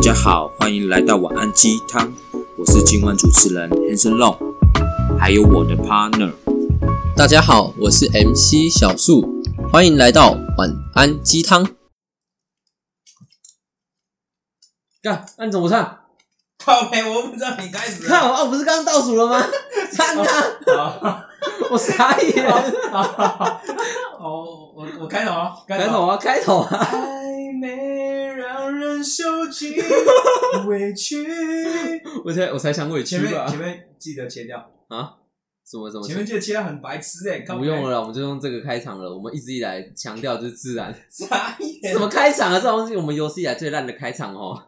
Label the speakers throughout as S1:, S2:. S1: 家好，欢迎来到晚安鸡汤，我是今晚主持人 Hanson Long，还有我的 partner。
S2: 大家好，我是 MC 小树，欢迎来到晚安鸡汤。
S3: 干，那你怎么唱？
S4: 靠背，我不知道你开始
S3: 看我，哦，不是刚刚倒数了 吗？看啊，
S4: 好，
S3: 我傻眼。
S4: 哦，我我开头啊，
S3: 开头。啊，开头啊，
S4: 暧昧让人受尽 委屈。
S3: 我才我才想委屈
S4: 前面
S3: 吧
S4: 前？面记得切掉，
S3: 啊，什么什么？
S4: 前面记得切掉很白痴哎，靠
S3: 不
S4: 北
S3: 用，了啦，我们就用这个开场了。我们一直以来强调就是自然，
S4: 傻眼
S3: 什。么开场啊？这种东西我们有史以来最烂的开场哦。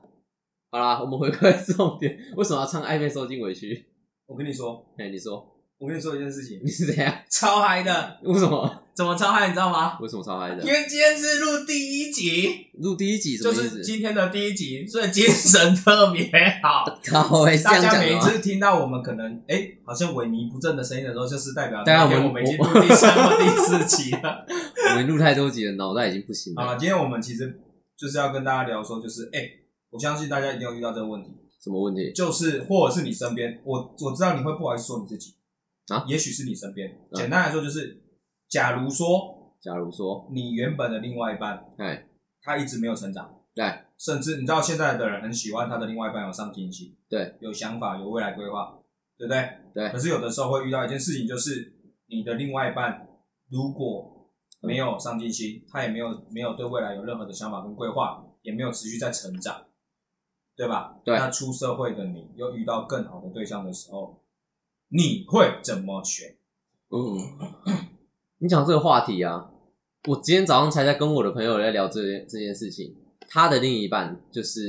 S3: 好啦，我们回归重点，为什么要唱《暧昧受尽委屈
S4: 我跟你说，》？
S3: 哎，你说
S4: 我跟你说一件事情
S3: 你，是怎样？
S4: 超嗨的，
S3: 为什么？
S4: 怎么超嗨你知道吗？
S3: 为什么超嗨的
S4: 因？为今天是录第一集，
S3: 录第一集什
S4: 就
S3: 么意
S4: 是
S3: 思？
S4: 今天的第一集，所以精神特别好。
S3: 靠哎，这
S4: 大
S3: 样
S4: 家
S3: 讲
S4: 每
S3: 的
S4: 一
S3: 吗？
S4: 次听到我们可能哎、诶好像萎靡不振的声音的时候，就是代表
S3: 大家
S4: 今天
S3: 我
S4: 我
S3: 们
S4: 们已经录第三或第四期 了。
S3: 我们录太多集了，脑袋已经不行
S4: 好
S3: 了
S4: 了，。今天我们其实就是要跟大家聊说，就是哎、诶我相信大家一定有遇到这个问题，
S3: 什么问题？
S4: 就是或者是你身边，我我知道你会不好意思说你自己
S3: 啊
S4: 也许是你身边。
S3: 啊
S4: 简单来说就是，假如说
S3: 假如说，
S4: 你原本的另外一半，
S3: 哎，
S4: 他一直没有成长，
S3: 对，
S4: 甚至你知道现在的人很喜欢他的另外一半有上进心，
S3: 对，
S4: 有想法，有未来规划，对不对？
S3: 对
S4: 可是有的时候会遇到一件事情，就是你的另外一半如果没有上进心，他也没有没有对未来有任何的想法跟规划，也没有持续在成长，对吧？
S3: 对
S4: 那出社会的你又遇到更好的对象的时候，你会怎么选？
S3: 嗯， 你讲这个话题啊，我今天早上才在跟我的朋友在聊这件这件事情。他的另一半就是，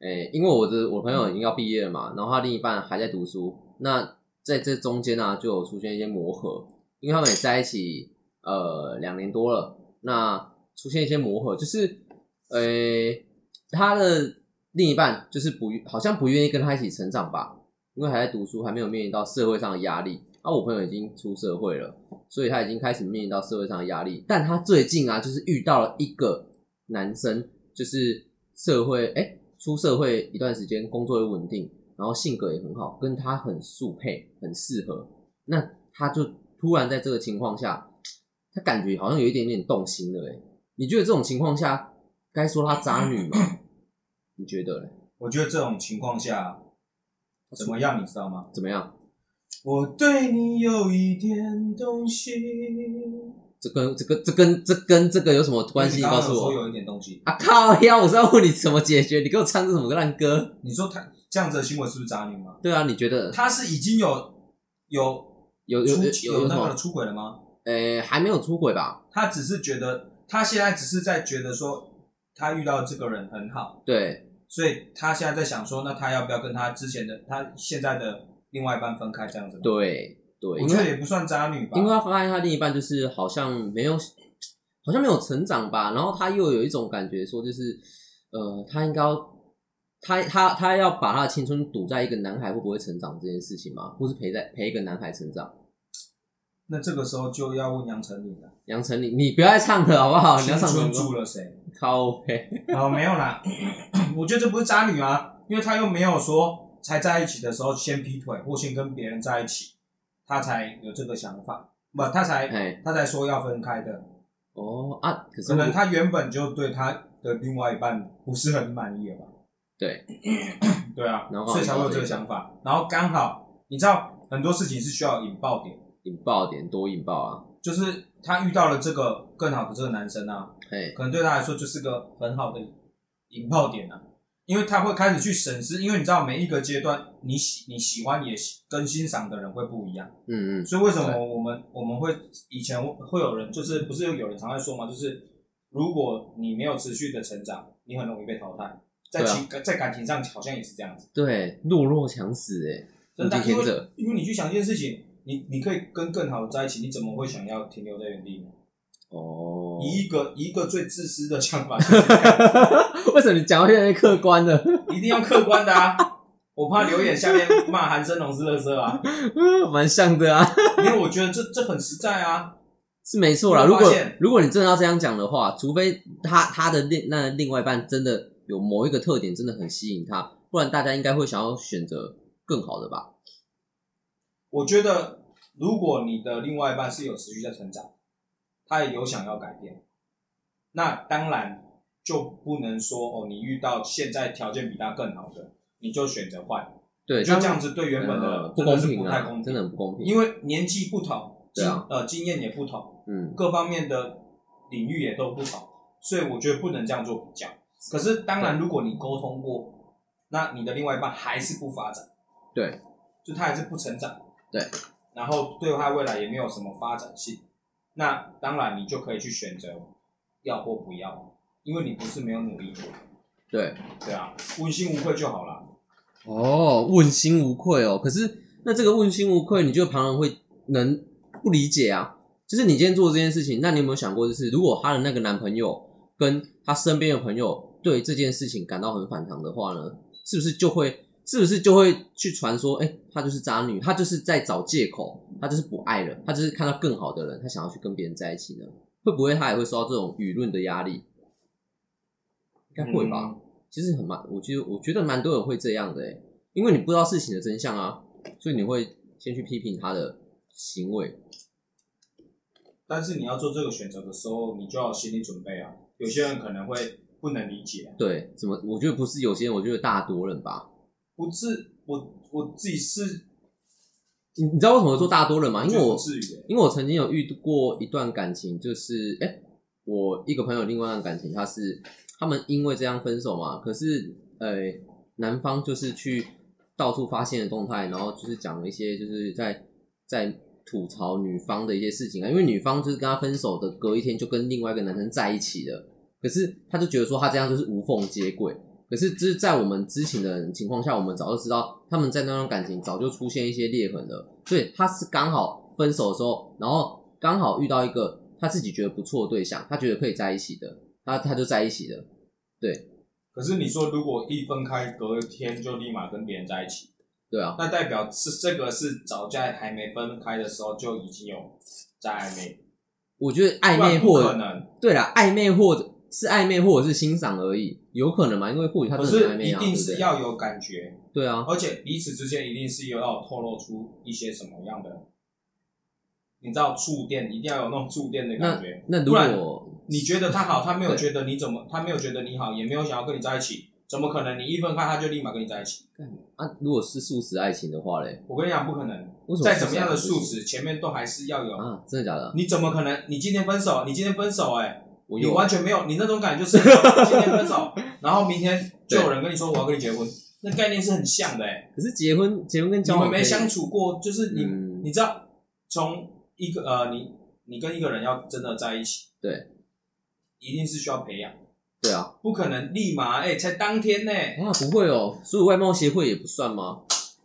S3: 诶、因为我的我朋友已经要毕业了嘛，然后他另一半还在读书，那在这中间呢、啊就有出现一些磨合，因为他们也在一起呃两年多了，那出现一些磨合，就是，诶、他的另一半就是不好像不愿意跟他一起成长吧，因为还在读书，还没有面临到社会上的压力。啊，我朋友已经出社会了，所以他已经开始面临到社会上的压力。但他最近啊，就是遇到了一个男生，就是社会哎、出社会一段时间，工作也稳定，然后性格也很好，跟他很速配，很适合。那他就突然在这个情况下，他感觉好像有一点点动心了哎、你觉得这种情况下该说他渣女吗？你觉得嘞？
S4: 我觉得这种情况下怎么样，你知道吗？
S3: 怎么样？
S4: 我对你有一点东西，
S3: 这跟这跟这跟这跟这个有什么关系？你
S4: 你刚
S3: 告
S4: 刚
S3: 诉
S4: 有
S3: 我
S4: 说。有一点东西，
S3: 啊靠呀！我是要问你怎么解决，你给我唱这什么个烂歌？
S4: 你说他这样子的行为是不是渣女吗？
S3: 对啊，你觉得
S4: 他是已经有有
S3: 有有
S4: 出
S3: 有
S4: 有
S3: 有什
S4: 那个
S3: 么？
S4: 出轨了吗？
S3: 呃，还没有出轨吧？
S4: 他只是觉得他现在只是在觉得说他遇到这个人很好，
S3: 对，
S4: 所以他现在在想说，那他要不要跟他之前的他现在的另外一半分开这样子吗？，
S3: 对，对，
S4: 我
S3: 因
S4: 觉得
S3: 为
S4: 也不算渣女吧，
S3: 因为他发现他另一半就是好像没有，好像没有成长吧，然后他又有一种感觉说，就是呃，他应该要他他他要把他的青春赌在一个男孩会不会成长这件事情嘛，或是陪在陪一个男孩成长。
S4: 那这个时候就要问杨丞琳了，
S3: 杨丞琳，你不要再唱了好不好？你要
S4: 青
S3: 唱什
S4: 春
S3: 么
S4: 住
S3: 歌？
S4: 了谁？
S3: 靠背。
S4: 哦，没有啦， 我觉得这不是渣女啊，因为他又没有说才在一起的时候先劈腿或先跟别人在一起，他才有这个想法，不，他才
S3: 哎
S4: 他才说要分开的。
S3: 哦啊，可是
S4: 可
S3: 我
S4: 能他原本就对他的另外一半不是很满意了吧？
S3: 对，
S4: 对啊
S3: 然，后
S4: 所以才会有这
S3: 引爆这个
S4: 个想法。然后刚好，你知道很多事情是需要引爆点，
S3: 引爆点多引爆啊，
S4: 就是他遇到了这个更好的这个男生啊，
S3: 嘿，
S4: 可能对他来说就是个很好的引爆点啊，因为他会开始去审视，因为你知道每一个阶段你喜你喜欢也喜跟欣赏的人会不一样。
S3: 嗯嗯，
S4: 所以为什么
S3: 对
S4: 我们我们会以前会有人就是不是有人常在说嘛，就是如果你没有持续的成长，你很容易被淘汰。在
S3: 对啊
S4: 情、在感情上好像也是这样子，
S3: 对，懦弱强死哎、
S4: 真的啊，
S3: 物竞
S4: 因
S3: 天
S4: 为
S3: 择
S4: 因为你去想一件事情，你你可以跟更好的在一起，你怎么会想要停留在原地呢？
S3: 哦，
S4: 以一个以一个最自私的想法，就是这样
S3: 为什么你讲话越来越客观了？
S4: 一定要客观的啊！ 我怕留言下面骂韩生龙是乐色啊，
S3: 蛮像的啊，
S4: 因为我觉得这这很实在啊。
S3: 是没错啦。如
S4: 我
S3: 果
S4: 发现
S3: 如果你真的要这样讲的话，除非他他的另那另外一半真的有某一个特点真的很吸引他，不然大家应该会想要选择更好的吧？
S4: 我觉得，如果你的另外一半是有持续在成长，他也有想要改变，那当然就不能说哦，你遇到现在条件比他更好的，你就选择换，
S3: 对，
S4: 我觉得这
S3: 当
S4: 样子对原本
S3: 呃
S4: 的
S3: 不
S4: 真的
S3: 公
S4: 是
S3: 平
S4: 不太公
S3: 啊，
S4: 平，
S3: 真的很不公平。
S4: 因
S3: 为
S4: 为年纪不同，
S3: 对啊
S4: 经呃经验也不同，
S3: 嗯，
S4: 各方面的领域也都不同，所以我觉得不能这样做比较。可是当然，如果你沟通过，那你的另外一半还是不发展，
S3: 对，
S4: 就他还是不成长，
S3: 对，
S4: 然后对他未来也没有什么发展性，那当然你就可以去选择要或不要，因为你不是没有努力过，
S3: 对，
S4: 对啊，问心无愧就好了。
S3: 哦，问心无愧哦。可是那这个问心无愧，你觉得旁人会能不理解啊？就是你今天做这件事情，那你有没有想过，就是如果她的那个男朋友跟她身边的朋友对这件事情感到很反常的话呢，是不是就会是不是就会去传说，哎、她就是渣女，她就是在找借口，她就是不爱了，她就是看到更好的人，她想要去跟别人在一起呢？会不会她也会受到这种舆论的压力？应该会吧。
S4: 嗯
S3: 其实很蛮，我觉得我觉得蛮多人会这样的欸，因为你不知道事情的真相啊，所以你会先去批评他的行为。
S4: 但是你要做这个选择的时候，你就要有心理准备啊。有些人可能会不能理解、啊，
S3: 对，怎么？我觉得不是有些人，我觉得大多人吧。
S4: 不至我我自己是
S3: 你你知道为什么说大多人吗？
S4: 我
S3: 因
S4: 觉
S3: 为
S4: 得
S3: 我
S4: 不至于欸、
S3: 因为我曾经有遇过一段感情，就是哎、诶我一个朋友另外一段感情，他是他们因为这样分手嘛，可是呃，男方就是去到处发现的动态，然后就是讲了一些就是在在吐槽女方的一些事情啊，因为女方就是跟他分手的隔一天就跟另外一个男生在一起了，可是他就觉得说他这样就是无缝接轨。可是，就是在我们知情的情况下，我们早就知道他们在那段感情早就出现一些裂痕了，所以他是刚好分手的时候，然后刚好遇到一个他自己觉得不错的对象，他觉得可以在一起的，他他就在一起了。对
S4: 可是你说如果一分开，隔天就立马跟别人在一起，
S3: 对啊，
S4: 那代表是这个是早在还没分开的时候就已经有在暧昧，
S3: 我觉得暧
S4: 不
S3: 昧
S4: 然不
S3: 或
S4: 可能，
S3: 对啦，暧昧或者是暧昧或者是欣赏而已，有可能嘛？因为或许他
S4: 可
S3: 真的很
S4: 是
S3: 暧昧
S4: 一
S3: 啊，对
S4: 定
S3: 不
S4: 是
S3: 对？
S4: 要有感觉，
S3: 对啊，
S4: 而且彼此之间一定是有要透露出一些什么样的，你知道触电，一定要有那种触电的感
S3: 那
S4: 觉。
S3: 那如
S4: 不然
S3: 果
S4: 你觉得他好，他没有
S3: 对
S4: 觉得你怎么，他没有觉得你好，也没有想要跟你在一起，怎么可能？你一分开他就立马跟你在一起？
S3: 啊，如果是素食爱情的话嘞，
S4: 我跟你讲，不可能。
S3: 为什么
S4: 再怎么样的
S3: 素
S4: 素
S3: 食
S4: 质，前面都还是要有。
S3: 啊？真的假的？
S4: 你怎么可能？你今天分手，你今天分手、哎，
S3: 我
S4: 你
S3: 有啊
S4: 完全没有，你那种感觉就是 哦今天分手，然后明天就有
S3: 对
S4: 人跟你说我要跟你结婚，那概念是很像的、哎，
S3: 可是结婚结婚跟
S4: 你
S3: 交往
S4: 们没
S3: 可以
S4: 相处过，就是你，
S3: 嗯
S4: 你知道，从一个呃，你你跟一个人要真的在一起，
S3: 对，
S4: 一定是需要培养，
S3: 对啊，
S4: 不可能立马哎、才当天哎呢、
S3: 啊不会哦，所以外貌协会也不算吗？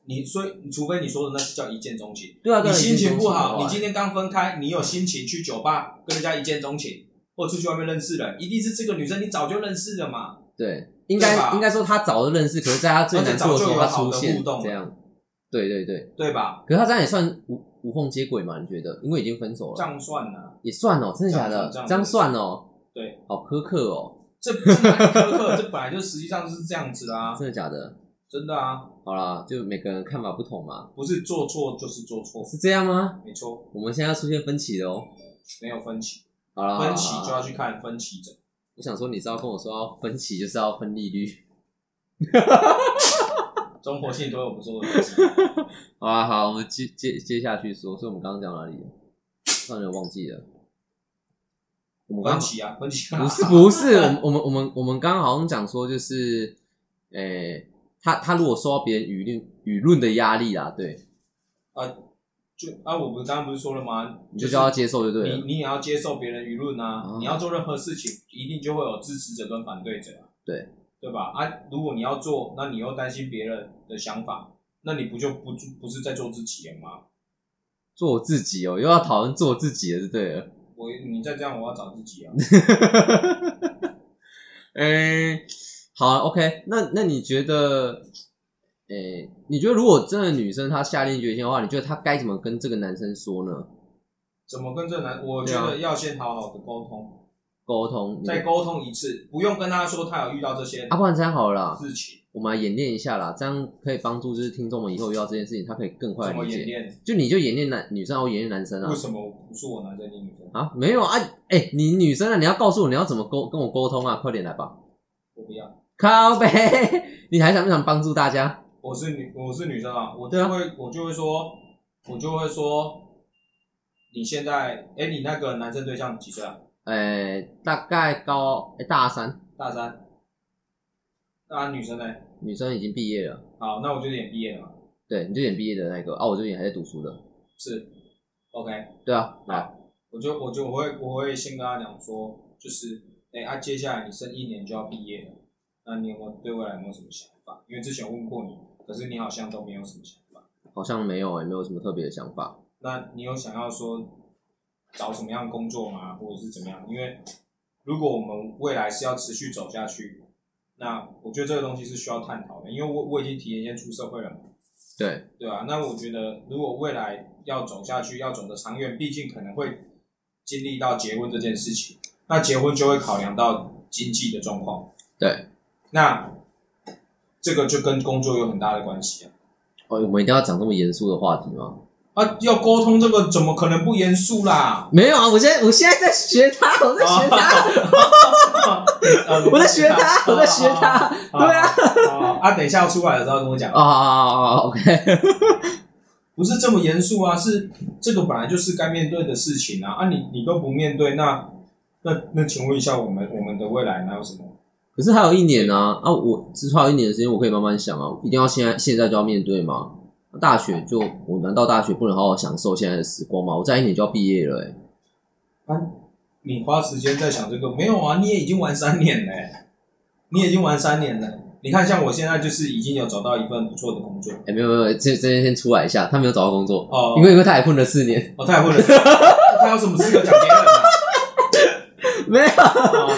S4: 你所以，除非你说的那是叫一见钟情，
S3: 对啊，对
S4: 你
S3: 啊
S4: 心情不
S3: 已经
S4: 好，你
S3: 中
S4: 今
S3: 情
S4: 天刚分开，你有心情去酒吧跟人家一见钟情，或出去外面认识人，一定是这个女生你早就认识了嘛。
S3: 对，应
S4: 对
S3: 该
S4: 吧
S3: 应该说他早就认识，可是在他最难过的时候他
S4: 而且早就有
S3: 出
S4: 好的
S3: 现
S4: 互动了
S3: 这样，对对对，
S4: 对吧？
S3: 可是他这样也算无无缝接轨嘛？你觉得？因为已经分手
S4: 这
S3: 了，
S4: 样算呢、
S3: 也算哦，真的假的？
S4: 这样
S3: 这样算哦，
S4: 对，
S3: 好苛刻哦，
S4: 这这蛮苛刻，这本来就实际上是这样子啊，
S3: 真的假的？
S4: 真的啊，
S3: 好啦，就每个人看法不同嘛，
S4: 不是做错就是做错，
S3: 是这样吗？
S4: 没错，
S3: 我们现在要出现分歧了哦。
S4: 没有分歧，
S3: 好啦，好啦
S4: 分歧
S3: 好啦
S4: 就要去看分歧者。
S3: 我想说，你是要跟我说要分歧，就是要分利率。
S4: 中国性都有不错的 东西，
S3: 好啊，好，我们接接接下去说，所以我们刚刚讲哪里了？突然有点忘记了。我们刚
S4: 分歧啊，分歧啊
S3: 不，是不是，我们我们我们我们刚刚好像讲说，就是，诶、他他如果受到别人舆论舆论的压力啦，对，
S4: 就啊，我们刚刚不是说了吗？
S3: 你就叫他接受就对
S4: 你
S3: 了。
S4: 你也要接受别人舆论啊，
S3: 嗯
S4: 你要做任何事情，一定就会有支持者跟反对者啊，
S3: 对
S4: 对吧？啊，如果你要做，那你又担心别人的想法，那你不就不不是在做自己了吗？
S3: 做自己哦，又要讨论做自己了，就对了。
S4: 我你再这样，我要找自己啊！
S3: 诶、好，OK，那啊那你觉得，诶、你觉得如果真的女生她下定决心的话，你觉得她该怎么跟这个男生说呢？
S4: 怎么跟这男？我
S3: 对
S4: 觉
S3: 啊
S4: 得要先好好的沟通，
S3: 沟通，
S4: 再沟通一次，不用跟他说他有遇到这些
S3: 啊，不然这样好了啦，
S4: 事情，
S3: 我们来演练一下啦，这样可以帮助就是听众们以后遇到这件事情，他可以更快
S4: 怎
S3: 地
S4: 么
S3: 理
S4: 演
S3: 解。
S4: 练？
S3: 就你就演练男女生，我演练男生啊
S4: 为。什么不是我男生，你女生？
S3: 啊，没有啊，哎、你女生啊，你要告诉我你要怎么沟跟我沟通啊，快点来吧，
S4: 我不要，
S3: 靠呗，你还想不想帮助大家？
S4: 我是女，我是女生啊，我
S3: 对啊
S4: 就会，我就会说，我就会说，你现在，哎，你那个男生对象几岁啊？
S3: 哎、大概高、哎大三，
S4: 大三。那女生呢？
S3: 女生已经毕业了，
S4: 好，那我就演毕业了嘛，
S3: 对，你就演毕业的那个啊，我就演还在读书的，
S4: 是，OK。
S3: 对啊，来，
S4: 我就我就我会我会先跟他讲说，就是哎、啊，接下来你剩一年就要毕业了，那你有没有对未来有没有什么想法？因为之前我问过你，可是你好像都没有什么想法。
S3: 好像没有哎、没有什么特别的想法，
S4: 那你有想要说找什么样的工作吗？或者是怎么样？因为如果我们未来是要持续走下去，那我觉得这个东西是需要探讨的，因为我我已经提前先出社会了嘛，
S3: 对，
S4: 对啊，那我觉得如果未来要走下去，要走得长远，毕竟可能会经历到结婚这件事情。那结婚就会考量到经济的状况。
S3: 对。
S4: 那这个就跟工作有很大的关系啊。
S3: 哦，我们一定要讲这么严肃的话题吗？
S4: 啊，要沟通这个怎么可能不严肃啦？
S3: 没有啊，我现在我现在在学他，我在学他， 我在学他，我在学他，对啊，
S4: 啊。啊，等一下要出来的时候跟我讲。
S3: 啊啊啊，OK，
S4: 不是这么严肃啊，是这个本来就是该面对的事情啊，啊你你都不面对，那那那请问一下，我们我们的未来哪有什么？
S3: 可是还有一年啊，啊，我只还有一年的时间，我可以慢慢想啊，一定要现在现在就要面对吗？大学就我难道大学不能好好享受现在的时光吗？我再一年就要毕业了、欸，
S4: 啊，你花时间在想这个没有啊？你也已经玩三年了欸、你已经玩三年了。你看，像我现在就是已经有找到一份不错的工作
S3: 哎、没有没有，这这边先出来一下，他没有找到工作，
S4: 哦，
S3: 因为因为他也混了四年，
S4: 我太混了，他有什么资格讲别人啊？
S3: 没有，
S4: 哦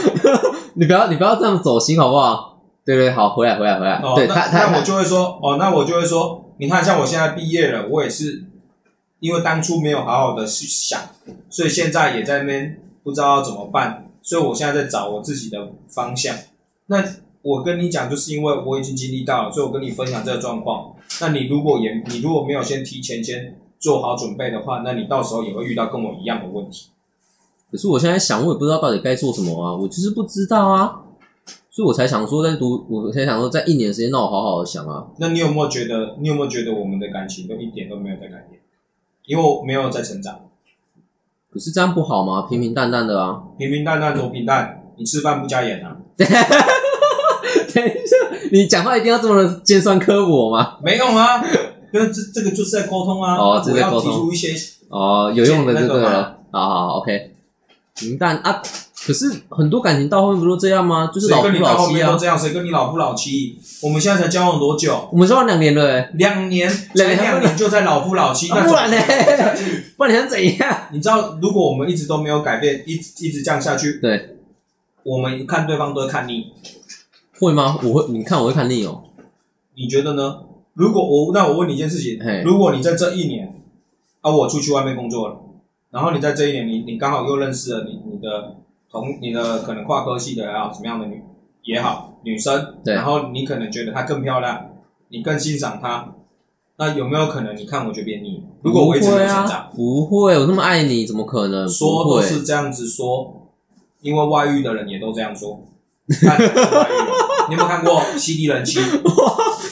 S3: 你不要你不要这样走心好不好？对对，好，回来回来回来，
S4: 哦，
S3: 对
S4: 那
S3: 他他
S4: 那
S3: 他
S4: 我就会说，哦，那我就会说，你看，像我现在毕业了，我也是因为当初没有好好的去想，所以现在也在那边不知道要怎么办，所以我现在在找我自己的方向。那我跟你讲，就是因为我已经经历到了，所以我跟你分享这个状况。那你如果也你如果没有先提前先做好准备的话，那你到时候也会遇到跟我一样的问题。
S3: 可是我现在想，我也不知道到底该做什么啊，我就是不知道啊，所以我才想说，在读，我才想说，在一年的时间让我好好的想啊。
S4: 那你有没有觉得，你有没有觉得我们的感情都一点都没有在改变？因为我没有在成长，
S3: 可是这样不好吗？平平淡淡的啊。
S4: 平平淡淡多平淡。你吃饭不加盐啊？
S3: 等一下，你讲话一定要这么尖酸刻薄吗？
S4: 没有啊， 那这这个就是在沟通啊。
S3: 哦这是
S4: 我
S3: 在
S4: 要
S3: 沟
S4: 提
S3: 通
S4: 出一些
S3: 哦，有用的就对
S4: 那个
S3: 了。好好好，OK。平淡啊，可是很多感情到后面不都这样吗？就是
S4: 谁
S3: 老夫
S4: 跟你到
S3: 老
S4: 后
S3: 妻
S4: 面
S3: 啊
S4: 都。这样？谁跟你老夫老妻？我们现在才交往多久？
S3: 我们交往两年了、欸，
S4: 两年，
S3: 两
S4: 才
S3: 年
S4: 两年就在老夫老妻，
S3: 啊
S4: 那
S3: 不然呢
S4: 呢？
S3: 不然你想怎样？
S4: 你知道，如果我们一直都没有改变，一直一直这样下去，
S3: 对，
S4: 我们看对方都会看腻。
S3: 会吗？我会，你看我会看腻哦。
S4: 你觉得呢？如果我那我问你一件事情
S3: 嘿，
S4: 如果你在这一年，啊，我出去外面工作了，然后你在这一年，你你刚好又认识了你你的同你的可能跨科系的也好，什么样的女也好女生，
S3: 对
S4: 然后你可能觉得她更漂亮，你更欣赏她，那有没有可能你看我就变腻？如果我一直
S3: 不
S4: 没
S3: 会
S4: 有成长，
S3: 啊，不会，我那么爱你，怎么可能？不
S4: 说都
S3: 会啊
S4: 是这样子说，因为外遇的人也都这 样说。看外遇了你有没有看过《犀利人妻》？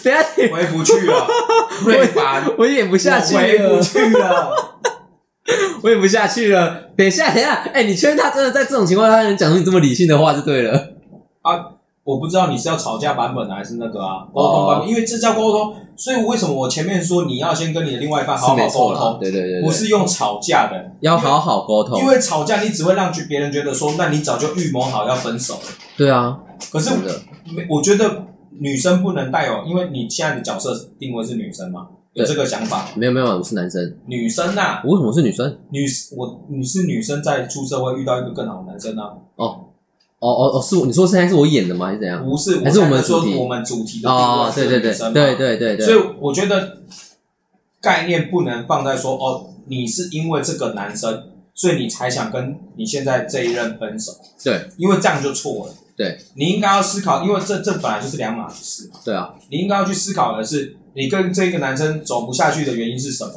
S3: 等一下你
S4: 回不去了，瑞凡。
S3: 我演不下去了，
S4: 去了。
S3: 我演不下去了。等一下，等一下，哎、你确定他真的在这种情况下能讲出你这么理性的话就对了？
S4: 我不知道你是要吵架版本还是那个啊沟通
S3: 哦
S4: 版本，因为这叫沟通。所以为什么我前面说你要先跟你的另外一半好好
S3: 是没错
S4: 沟
S3: 啦，
S4: 通，
S3: 对对对对，
S4: 不是用吵架的，
S3: 要好好沟通
S4: 因。为吵架你只会让别人觉得说，那你早就预谋好要分手了。
S3: 对啊，
S4: 可是
S3: 真的，
S4: 没我觉得女生不能带有，因为你现在的角色定位是女生嘛，有
S3: 对
S4: 这个想法。
S3: 没有没有，我是男生，
S4: 女生呐、
S3: 我为什么是女生？
S4: 女我你是女生，在出社会遇到一个更好的男生啊，
S3: 哦哦哦，是我你说现在是我演的吗？还是怎样？
S4: 不是？
S3: 还是我们
S4: 才说
S3: 主题
S4: 我们主题的定
S3: 哦
S4: 位，是
S3: 对对对
S4: 女生嘛
S3: 对对对对，
S4: 所以我觉得概念不能放在说哦，你是因为这个男生，所以你才想跟你现在这一任分手，
S3: 对
S4: 因为这样就错了。
S3: 对，
S4: 你应该要思考，因为这这本来就是两码子事嘛。
S3: 对啊，
S4: 你应该要去思考的是，你跟这个男生走不下去的原因是什么？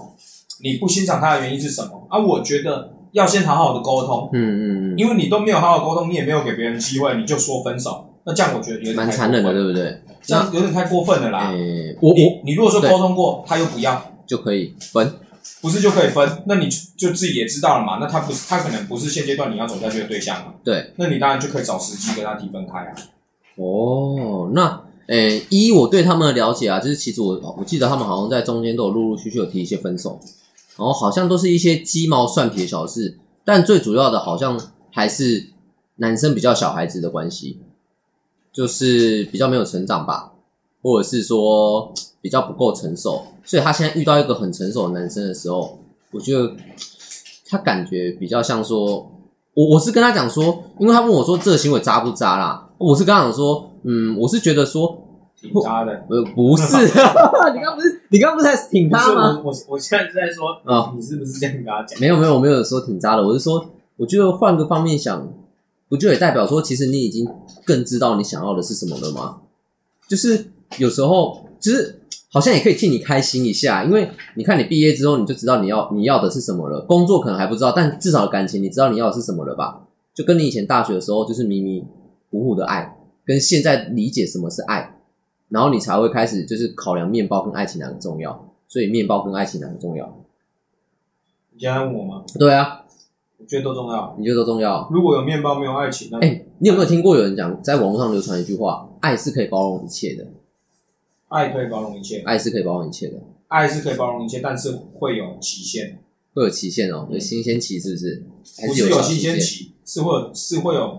S4: 你不欣赏他的原因是什么？啊，我觉得要先好好的沟通，
S3: 嗯嗯
S4: 因为你都没有好好沟通，你也没有给别人机会，你就说分手，那这样我觉得有点
S3: 嗯，
S4: 太
S3: 蛮残忍的，
S4: 过分
S3: 对不对？
S4: 了，这样有点太过分了啦。
S3: 诶，我我
S4: 你你如果说沟通过，他又不要，
S3: 就可以分，
S4: 不是就可以分？那你就就自己也知道了嘛。那他不是他可能不是现阶段你要走下去的对象嘛。
S3: 对，
S4: 那你当然就可以找时机跟他提分开啊。
S3: 哦，那诶，依我对他们的了解啊，就是其实我我记得他们好像在中间都有陆陆续续有提一些分手，然后好像都是一些鸡毛蒜皮的小事，但最主要的好像还是男生比较小孩子的关系，就是比较没有成长吧，或者是说比较不够成熟，所以他现在遇到一个很成熟的男生的时候，我觉得他感觉比较像说，我我是跟他讲说，因为他问我说这个行为渣不渣啦，我是跟他讲说，嗯，我是觉得说，
S4: 挺渣的，
S3: 呃，不是， 你刚不是你刚不是在挺
S4: 不
S3: 他
S4: 是
S3: 吗？
S4: 我我我现在是在说，
S3: 啊、
S4: 你是不是这样跟他讲？
S3: 没有没有，我没有说挺渣的，我是说，我觉得换个方面想，不就也代表说，其实你已经更知道你想要的是什么了吗？就是有时候，就是好像也可以替你开心一下，因为你看你毕业之后，你就知道你要你要的是什么了。工作可能还不知道，但至少感情你知道你要的是什么了吧？就跟你以前大学的时候，就是迷迷糊糊的爱，跟现在理解什么是爱，然后你才会开始就是考量面包跟爱情哪个重要，所以面包跟爱情哪个重要？
S4: 你现在问我吗？
S3: 对啊，
S4: 我觉得都重要。
S3: 你觉得都重要？啊
S4: 如果有面包没有爱情，那
S3: 哎、你有没有听过有人讲，在网络上流传一句话：“爱是可以包容一切的，
S4: 爱可以包容一切，
S3: 爱是可以包容一切的。
S4: 爱是可以包容一切，但是会有期限，”
S3: 会有期限哦，有新鲜期是不是？还
S4: 嗯不是
S3: 有
S4: 有
S3: 效
S4: 新
S3: 期
S4: 鲜
S3: 限？
S4: 期，是会有是会有，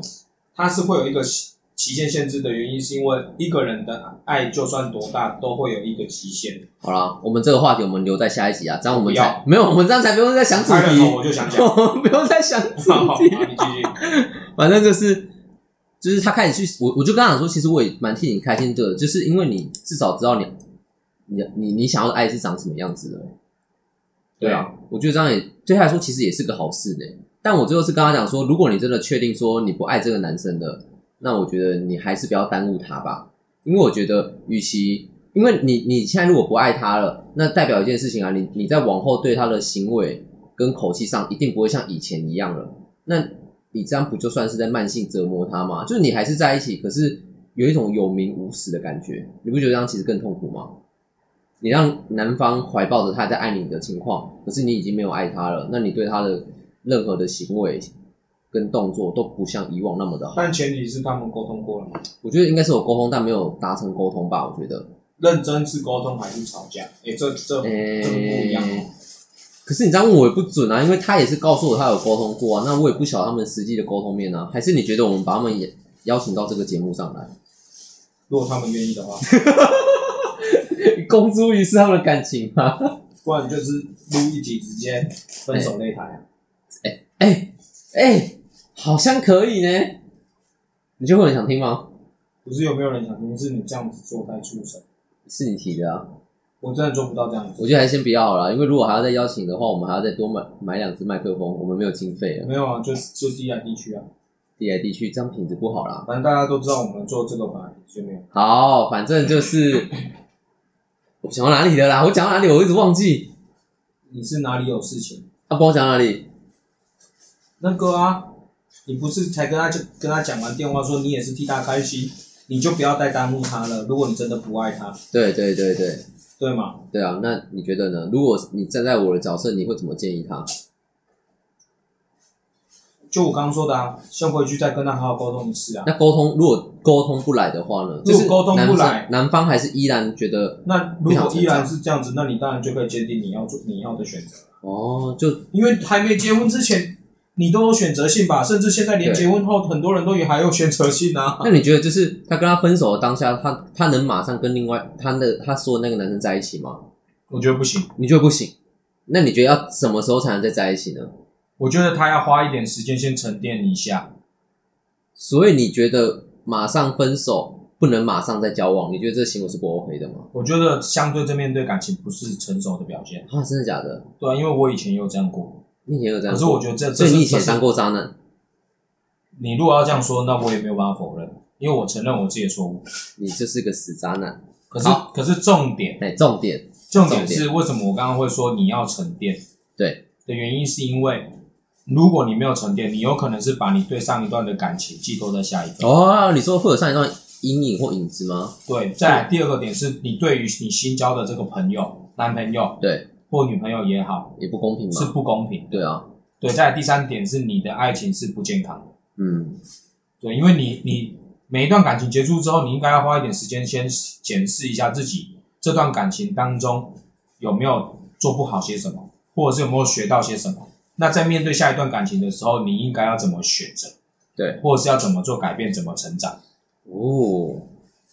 S4: 它是会有一个期期限限制的原因，是因为一个人的爱就算多大，都会有一个期限。
S3: 好啦，我们这个话题我们留在下一集啊，这样我们
S4: 不
S3: 才
S4: 要
S3: 没有，我们这样才不用再想主
S4: 开了头我
S3: 题，
S4: 就想讲，
S3: 我们不用再想主
S4: 好，好
S3: 题，
S4: 你继续。
S3: 反正就是就是他开始去，我我就跟他讲说，其实我也蛮替你开心的，就是因为你至少知道你你你你想要的爱是长什么样子的。对啊，我觉得这样也对他来说其实也是个好事呢。但我最后是跟他讲说，如果你真的确定说你不爱这个男生的，那我觉得你还是不要耽误他吧，因为我觉得，与其因为你你现在如果不爱他了，那代表一件事情啊，你你在往后对他的行为跟口气上一定不会像以前一样了。那你这样不就算是在慢性折磨他吗？就是你还是在一起，可是有一种有名无实的感觉，你不觉得这样其实更痛苦吗？你让男方怀抱着他在爱你的情况，可是你已经没有爱他了，那你对他的任何的行为跟动作都不像以往那么的好。
S4: 但前提是他们沟通过了嘛，
S3: 我觉得应该是有沟通，但没有达成沟通吧。我觉得，
S4: 认真是沟通还是吵架？哎，这这
S3: 诶、
S4: 这个不一样哦。
S3: 可是你这样问我也不准啊，因为他也是告诉我他有沟通过啊，那我也不晓得他们实际的沟通面啊。还是你觉得我们把他们也邀请到这个节目上来，
S4: 如果他们愿意的话，
S3: 公诸于世他们的感情吗？
S4: 不然就是录一集直接分手擂台啊。
S3: 哎、哎、好像可以呢。你就会很想听吗？
S4: 不是有没有人想听，是你这样子做太畜生，
S3: 是你提的啊，
S4: 我真的做不到这样子。
S3: 我觉得还是先不要好了，因为如果还要再邀请的话，我们还要再多买买两只麦克风，我们没有经费了，
S4: 没有啊，就就低来地区啊，
S3: 递来递去，这样品质不好啦。
S4: 反正大家都知道我们做这个本来就没有。
S3: 好，反正就是 我讲到哪里了啦？我讲到哪里？我一直忘记。
S4: 你是哪里有事情？
S3: 啊，帮我讲到哪里？
S4: 那个啊，你不是才跟他讲跟他讲完电话说你也是替他开心，你就不要再耽误他了。如果你真的不爱他，
S3: 对对对对
S4: 对吗？
S3: 对啊！那你觉得呢？如果你站在我的角色，你会怎么建议他？
S4: 就我刚刚说的啊，先回去再跟他好好沟通一次啊。
S3: 那沟通如果沟通不来的话呢？就是
S4: 如果沟通不来
S3: 男生男方还是依然觉得
S4: 那如果依然是这样子，那你当然就可以坚定你要做你要的选择，
S3: 哦，就
S4: 因为还没结婚之前。你都有选择性吧，甚至现在连
S3: 对
S4: 结婚后，很多人都也还有选择性啊。
S3: 那你觉得就是他跟他分手的当下，他他能马上跟另外他的他说的那个男生在一起吗？
S4: 我觉得不行。
S3: 你觉得不行？那你觉得要什么时候才能再在一起呢？
S4: 我觉得他要花一点时间先沉淀一下。
S3: 所以你觉得马上分手不能马上再交往？你觉得这行为是不 OK 的吗？
S4: 我觉得相对正面对感情不是成熟的表现，
S3: 啊，真的假的？
S4: 对啊，因为我以前也有这样过。
S3: 你以前有这样
S4: 可
S3: 过，
S4: 是我觉得这，
S3: 所
S4: 这
S3: 以
S4: 是
S3: 你以前
S4: 这是
S3: 当过渣男，
S4: 你如果要这样说，那我也没有办法否认，因为我承认我自己的错误。
S3: 你就是个死渣男。
S4: 可是
S3: 好
S4: 可是重点
S3: 哎，重点，
S4: 重点
S3: 重
S4: 是为什么我刚刚会说你要沉淀
S3: 对
S4: 的原因，是因为如果你没有沉淀，你有可能是把你对上一段的感情寄托在下一段。
S3: 哦，你说会有上一段阴影或影子吗？
S4: 对，再来第二个点是你对于你新交的这个朋友、男朋友
S3: 对，
S4: 或女朋友也好，
S3: 也不公平
S4: 是
S3: 嘛。
S4: 不公平的。
S3: 对啊，
S4: 对，再来第三点是你的爱情是不健康的。
S3: 嗯，
S4: 对，因为你你每一段感情结束之后，你应该要花一点时间先检视一下自己这段感情当中有没有做不好些什么，或者是有没有学到些什么。那在面对下一段感情的时候，你应该要怎么选择？
S3: 对，
S4: 或者是要怎么做改变，怎么成长？
S3: 哦，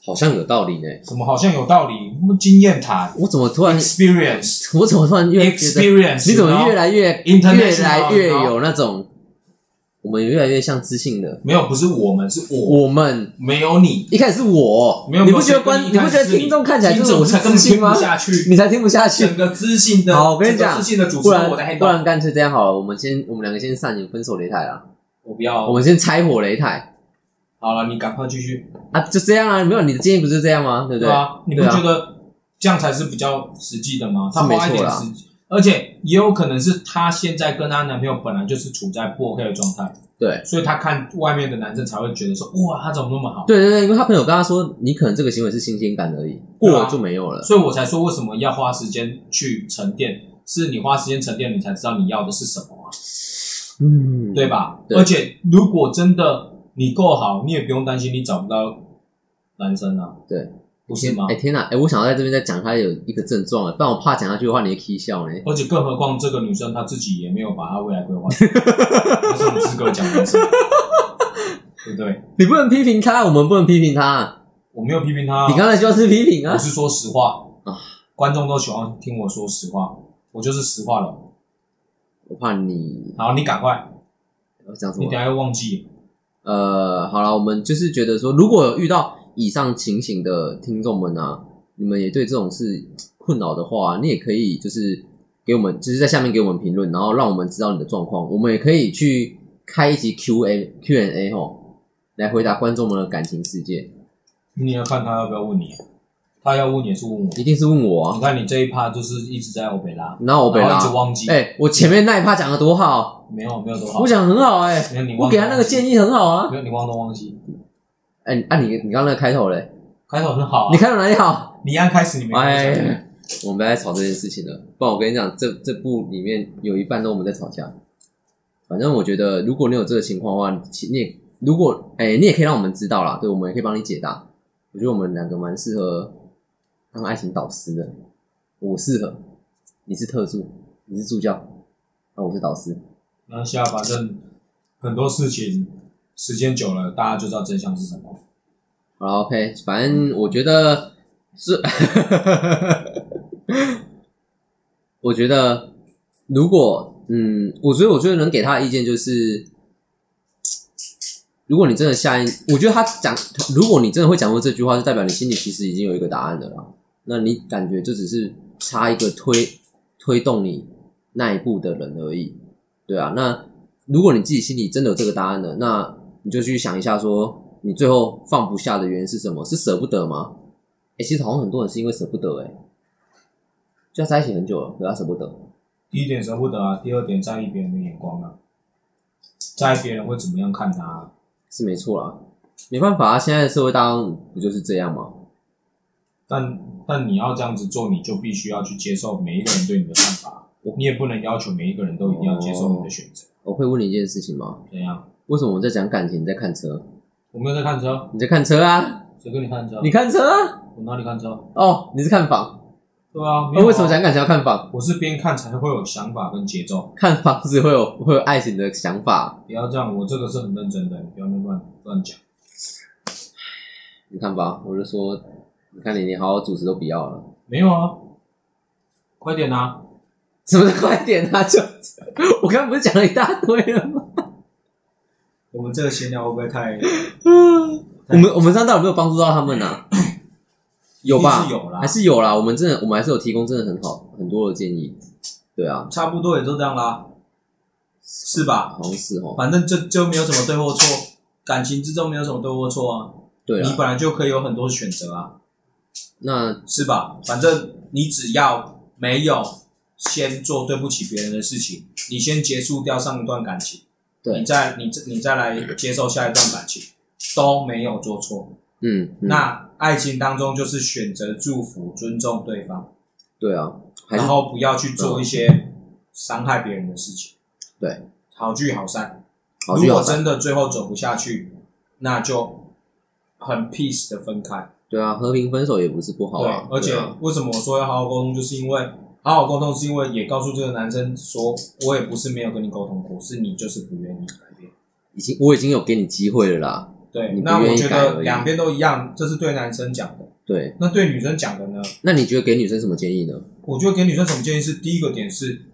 S3: 好像有道理呢。
S4: 什么好像有道理，经验谈
S3: 我怎么突然，
S4: ，experience，experience，
S3: 我怎么突然越觉得，你怎么越来越
S4: International，
S3: 越来越
S4: you know？
S3: 有那种，我们越来越像知性的，
S4: 没有？不是我们，是我，
S3: 我们
S4: 没有你，
S3: 一开始是我，
S4: 没有。
S3: 你不
S4: 没有
S3: 觉得观，
S4: 谁
S3: 你
S4: 跟
S3: 不
S4: 一
S3: 觉
S4: 开
S3: 得
S4: 始是你
S3: 听众看起来
S4: 听
S3: 就是我
S4: 才
S3: 是
S4: 根
S3: 知
S4: 本听
S3: 性吗
S4: 不？下去，
S3: 你才听不下去，
S4: 整个知性的，
S3: 好我跟你
S4: 整个
S3: 讲
S4: 知性的主持
S3: 不然
S4: 人我在 handle，
S3: 不然干脆这样好了，我们先我们两个先上演分手擂台啊，
S4: 我不要
S3: 我。们先拆火擂台
S4: 好了，你赶快继续，
S3: 啊，就这样啊，没有你的建议不是这样吗？对不对？
S4: 啊，你不
S3: 对啊
S4: 觉得这样才是比较实际的吗？
S3: 是
S4: 他
S3: 没
S4: 花一
S3: 错
S4: 点
S3: 啦
S4: 时间，而且也有可能是她现在跟她男朋友本来就是处在不 OK 的状态，
S3: 对
S4: 所以她看外面的男生才会觉得说，哇，他怎么那么好？
S3: 对对对，因为他朋友跟他说，你可能这个行为是新鲜感而已，过
S4: 对啊
S3: 了就没有了。
S4: 所以我才说为什么要花时间去沉淀，是你花时间沉淀，你才知道你要的是什么啊，
S3: 嗯，
S4: 对吧？
S3: 对
S4: 而且如果真的你够好，你也不用担心你找不到男生啊，
S3: 对，
S4: 不是吗
S3: 哎、？天哪，哎、我想要在这边再讲他有一个症状了，不然我怕讲下去的话你会 k 笑呢。
S4: 而且更何况这个女生她自己也没有把她未来 规划，有什么资格讲这事？对不对？
S3: 你不能批评他，我们不能批评他，
S4: 我没有批评她啊，
S3: 你刚才就是批评啊
S4: 我。是说实话
S3: 啊
S4: 观众都喜欢听我说实话，我就是实话了。
S3: 我怕你
S4: 好，你赶快，
S3: 我讲什
S4: 你
S3: 么
S4: 等？下又忘记。
S3: 呃，好了，我们就是觉得说，如果有遇到以上情形的听众们啊，你们也对这种事困扰的话，你也可以就是给我们，就是在下面给我们评论，然后让我们知道你的状况，我们也可以去开一集 Q&A Q&A 吼，来回答观众们的感情世界，
S4: 你要看他要不要问你，他要问也是问我。
S3: 一定是问我
S4: 你
S3: 啊，
S4: 看你这一趴就是一直在欧北拉，
S3: 然后我被
S4: 然
S3: 拉
S4: 后一，直忘记。
S3: 哎、我前面那一趴讲的多好，
S4: 没有没有多好，
S3: 我讲得很好哎、
S4: 没有你忘
S3: 我给他那个建议很好啊
S4: 没，有你忘东忘西，
S3: 哎、你啊你你刚刚那个开头嘞，
S4: 开头很好啊
S3: 你。开头哪里好？
S4: 你按开始你没啊有
S3: 哎
S4: 讲。，
S3: 我们不要再吵这件事情了。不然我跟你讲，这这部里面有一半都我们在吵架。反正我觉得，如果你有这个情况的话，其你也如果哎、你也可以让我们知道啦，对，我们也可以帮你解答。我觉得我们两个蛮适合当爱情导师的，我适合，你是特助，你是助教，那、我是导师。
S4: 那现在反正很多事情时间久了，大家就知道真相是什么。
S3: 好了，OK，反正我觉得是，我觉得如果嗯，我觉得我觉得能给他的意见就是，如果你真的下一，我觉得他讲，如果你真的会讲出这句话，就代表你心里其实已经有一个答案了啦。那你感觉就只是差一个推推动你那一步的人而已，对啊。那如果你自己心里真的有这个答案了，那你就去想一下说你最后放不下的原因是什么？是舍不得吗？哎、其实好像很多人是因为舍不得、欸，哎，就他在一起很久了，可他舍不得。
S4: 第一点舍不得啊，第二点在意别人的眼光啊，在意别人会怎么样看他、啊。
S3: 是没错啦，没办法啊，现在的社会大众不就是这样吗？
S4: 但但你要这样子做，你就必须要去接受每一个人对你的看法，你也不能要求每一个人都一定要接受你的选择。
S3: 我会问你一件事情吗？
S4: 怎样？
S3: 为什么我们在讲感情，你在看车？
S4: 我没有在看车，
S3: 你在看车啊？
S4: 谁跟你看车？
S3: 你看车啊？
S4: 我哪里看车？
S3: 哦，你是看房？
S4: 对啊，没
S3: 那、
S4: 有啊
S3: 哦为什么？讲感情要看房？
S4: 我是边看才会有想法跟节奏，
S3: 看房子会有会有爱情的想法？
S4: 不要这样，我这个是很认真的，你不要那么乱乱讲。
S3: 你看吧，我就说，你看你连好好主持都不要了，
S4: 没有啊，快点啊！
S3: 什么是快点啊？就我刚刚不是讲了一大堆了吗？
S4: 我们这个闲聊会不会太？
S3: 我们我们这样到底有没有帮助到他们呢、啊？有吧？
S4: 一定是有啦
S3: 还是有啦。我们真的，我们还是有提供真的很好很多的建议。对啊，
S4: 差不多也就这样啦。是吧？
S3: 好像是哦，
S4: 反正就就没有什么对或错，感情之中没有什么对或错啊。
S3: 对
S4: 你
S3: 啊，
S4: 本来就可以有很多选择啊，
S3: 那
S4: 是吧？反正你只要没有先做对不起别人的事情，你先结束掉上一段感情，
S3: 对
S4: 你再你再你再来接受下一段感情，都没有做错。
S3: 嗯，嗯
S4: 那爱情当中就是选择祝福、尊重对方，
S3: 对啊，还是
S4: 然后不要去做一些伤害别人的事情。
S3: 对，
S4: 好聚好散。
S3: 好
S4: 如
S3: 聚好
S4: 果
S3: 散，
S4: 真的最后走不下去，那就很 peace 的分开。
S3: 对啊，和平分手也不是不好
S4: 对
S3: 啊，，
S4: 而且
S3: 对啊
S4: 为什么我说要好好沟通，就是因为好好沟通，是因为也告诉这个男生说，我也不是没有跟你沟通过，是你就是不愿意改变。
S3: 已经我已经有给你机会了啦，你
S4: 对，
S3: 不
S4: 那
S3: 愿
S4: 我
S3: 意
S4: 觉
S3: 改而
S4: 得
S3: 已
S4: 两边都一样，这是对男生讲的。
S3: 对，
S4: 那对女生讲的呢？
S3: 那你觉得给女生什么建议呢？
S4: 我觉得给女生什么建议是，第一个点是，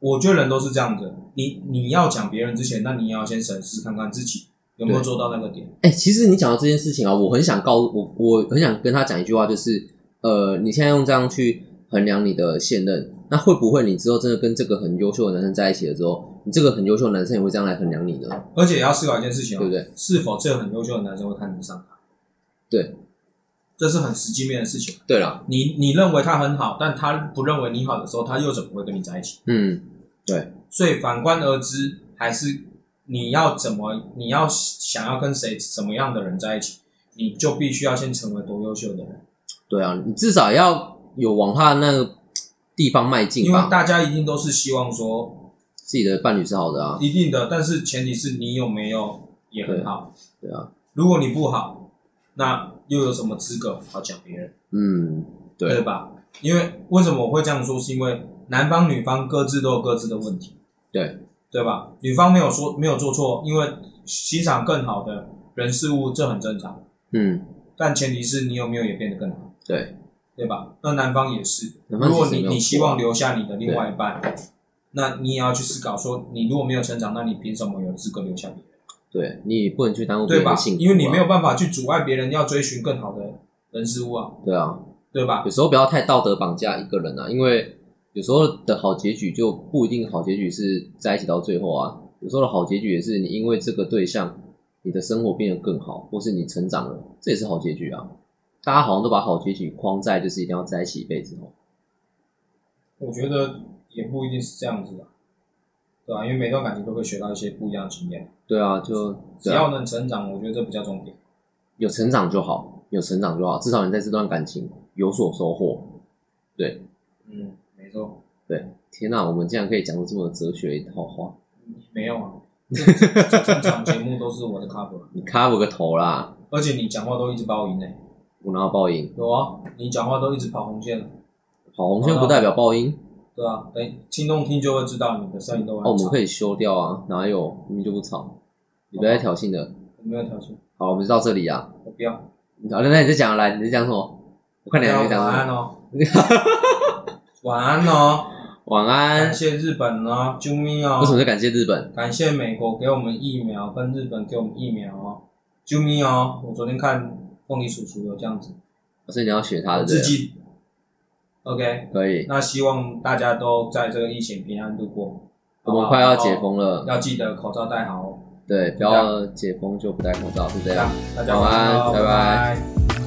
S4: 我觉得人都是这样子，你你要讲别人之前，那你也要先审视看看自己有没有
S3: 对
S4: 做到那个点。
S3: 哎、其实你讲到这件事情啊，我很想告我，我很想跟他讲一句话，就是呃，你现在用这样去衡量你的现任，那会不会你之后真的跟这个很优秀的男生在一起了之后，你这个很优秀的男生也会这样来衡量你呢？
S4: 而且也要思考一件事情、哦，
S3: 对不对？
S4: 是否这个很优秀的男生会看得上他？
S3: 对，
S4: 这是很实际面的事情。啊
S3: 对啦，
S4: 你你认为他很好，但他不认为你好的时候，他又怎么会跟你在一起？
S3: 嗯，
S4: 所以反观而知，还是你要怎么，你要想要跟谁什么样的人在一起，你就必须要先成为多优秀的人，
S3: 对啊，你至少要有往他那个地方迈进
S4: 因为
S3: 吧。
S4: 大家一定都是希望说
S3: 自己的伴侣是好的啊，
S4: 一定的，但是前提是你有没有也很好。
S3: 对啊，
S4: 如果你不好，那又有什么资格好讲别人？
S3: 嗯，对
S4: 对吧？因为为什么我会这样说，是因为男方女方各自都有各自的问题，
S3: 对
S4: 对吧？女方没有说没有做错，因为欣赏更好的人事物这很正常，
S3: 嗯，
S4: 但前提是你有没有也变得更好，
S3: 对
S4: 对吧？那男方也是，
S3: 男方其
S4: 如
S3: 实
S4: 果
S3: 也没有错
S4: 你
S3: 啊
S4: 你希望留下你的另外一半，那你也要去思考说，你如果没有成长，那你凭什么有资格留下别人，
S3: 对，你不能去耽误别
S4: 对
S3: 人
S4: 吧
S3: 的幸福、啊，
S4: 因为你没有办法去阻碍别人要追寻更好的人事物啊，
S3: 对啊，
S4: 对吧？
S3: 有时候不要太道德绑架一个人啊，因为有时候的好结局就不一定好结局是在一起到最后啊，有时候的好结局也是你因为这个对象，你的生活变得更好，或是你成长了，这也是好结局啊。大家好像都把好结局框在就是一定要在一起一辈子哦。
S4: 我觉得也不一定是这样子的，啊对啊吧、因为每段感情都会学到一些不一样的经验，
S3: 对啊，就
S4: 只
S3: 对啊，
S4: 要能成长，我觉得这比较重点。
S3: 有成长就好，有成长就好，至少你在这段感情有所收获。对，
S4: 嗯，没错，
S3: 天啊哪、我们竟然可以讲出这么哲学一套话，
S4: 没有 啊，这这正常节目都是我的 cover，啊
S3: 你 cover 个头啦！
S4: 而且你讲话都一直把我赢呢、欸
S3: 我哪有报应？
S4: 有啊，你讲话都一直跑红线，啊
S3: 跑红线不代表报应。
S4: 对吧、啊？等听众听就会知道你的声音都
S3: 哦，
S4: 很
S3: 我们
S4: 吵，
S3: 可以修掉啊，哪有？明明就不吵，你不要再挑衅了。
S4: 我没有挑衅，
S3: 好，我们就到这里啊。
S4: 我不要。
S3: 好，那那你再讲，来，你在讲什么？我看你还没讲
S4: 晚
S3: 什
S4: 安
S3: 么。
S4: 哦， 晚安哦，
S3: 晚安
S4: 感。谢日本哦，救命哦！
S3: 为什么在感谢日本？
S4: 感谢美国给我们疫苗，跟日本给我们疫苗哦，救命哦！我昨天看凤梨叔叔有这样子
S3: 所以你要学他的，啊对
S4: 致
S3: 不对？
S4: 敬。OK，
S3: 可以。
S4: 那希望大家都在这个疫情平安度过。
S3: 我们快要解
S4: 好不好，
S3: 封了，
S4: 要记得口罩戴好哦。
S3: 对，不要解封就不戴口罩，是这样。
S4: 大家
S3: 晚安
S4: 哦
S3: 拜拜
S4: 拜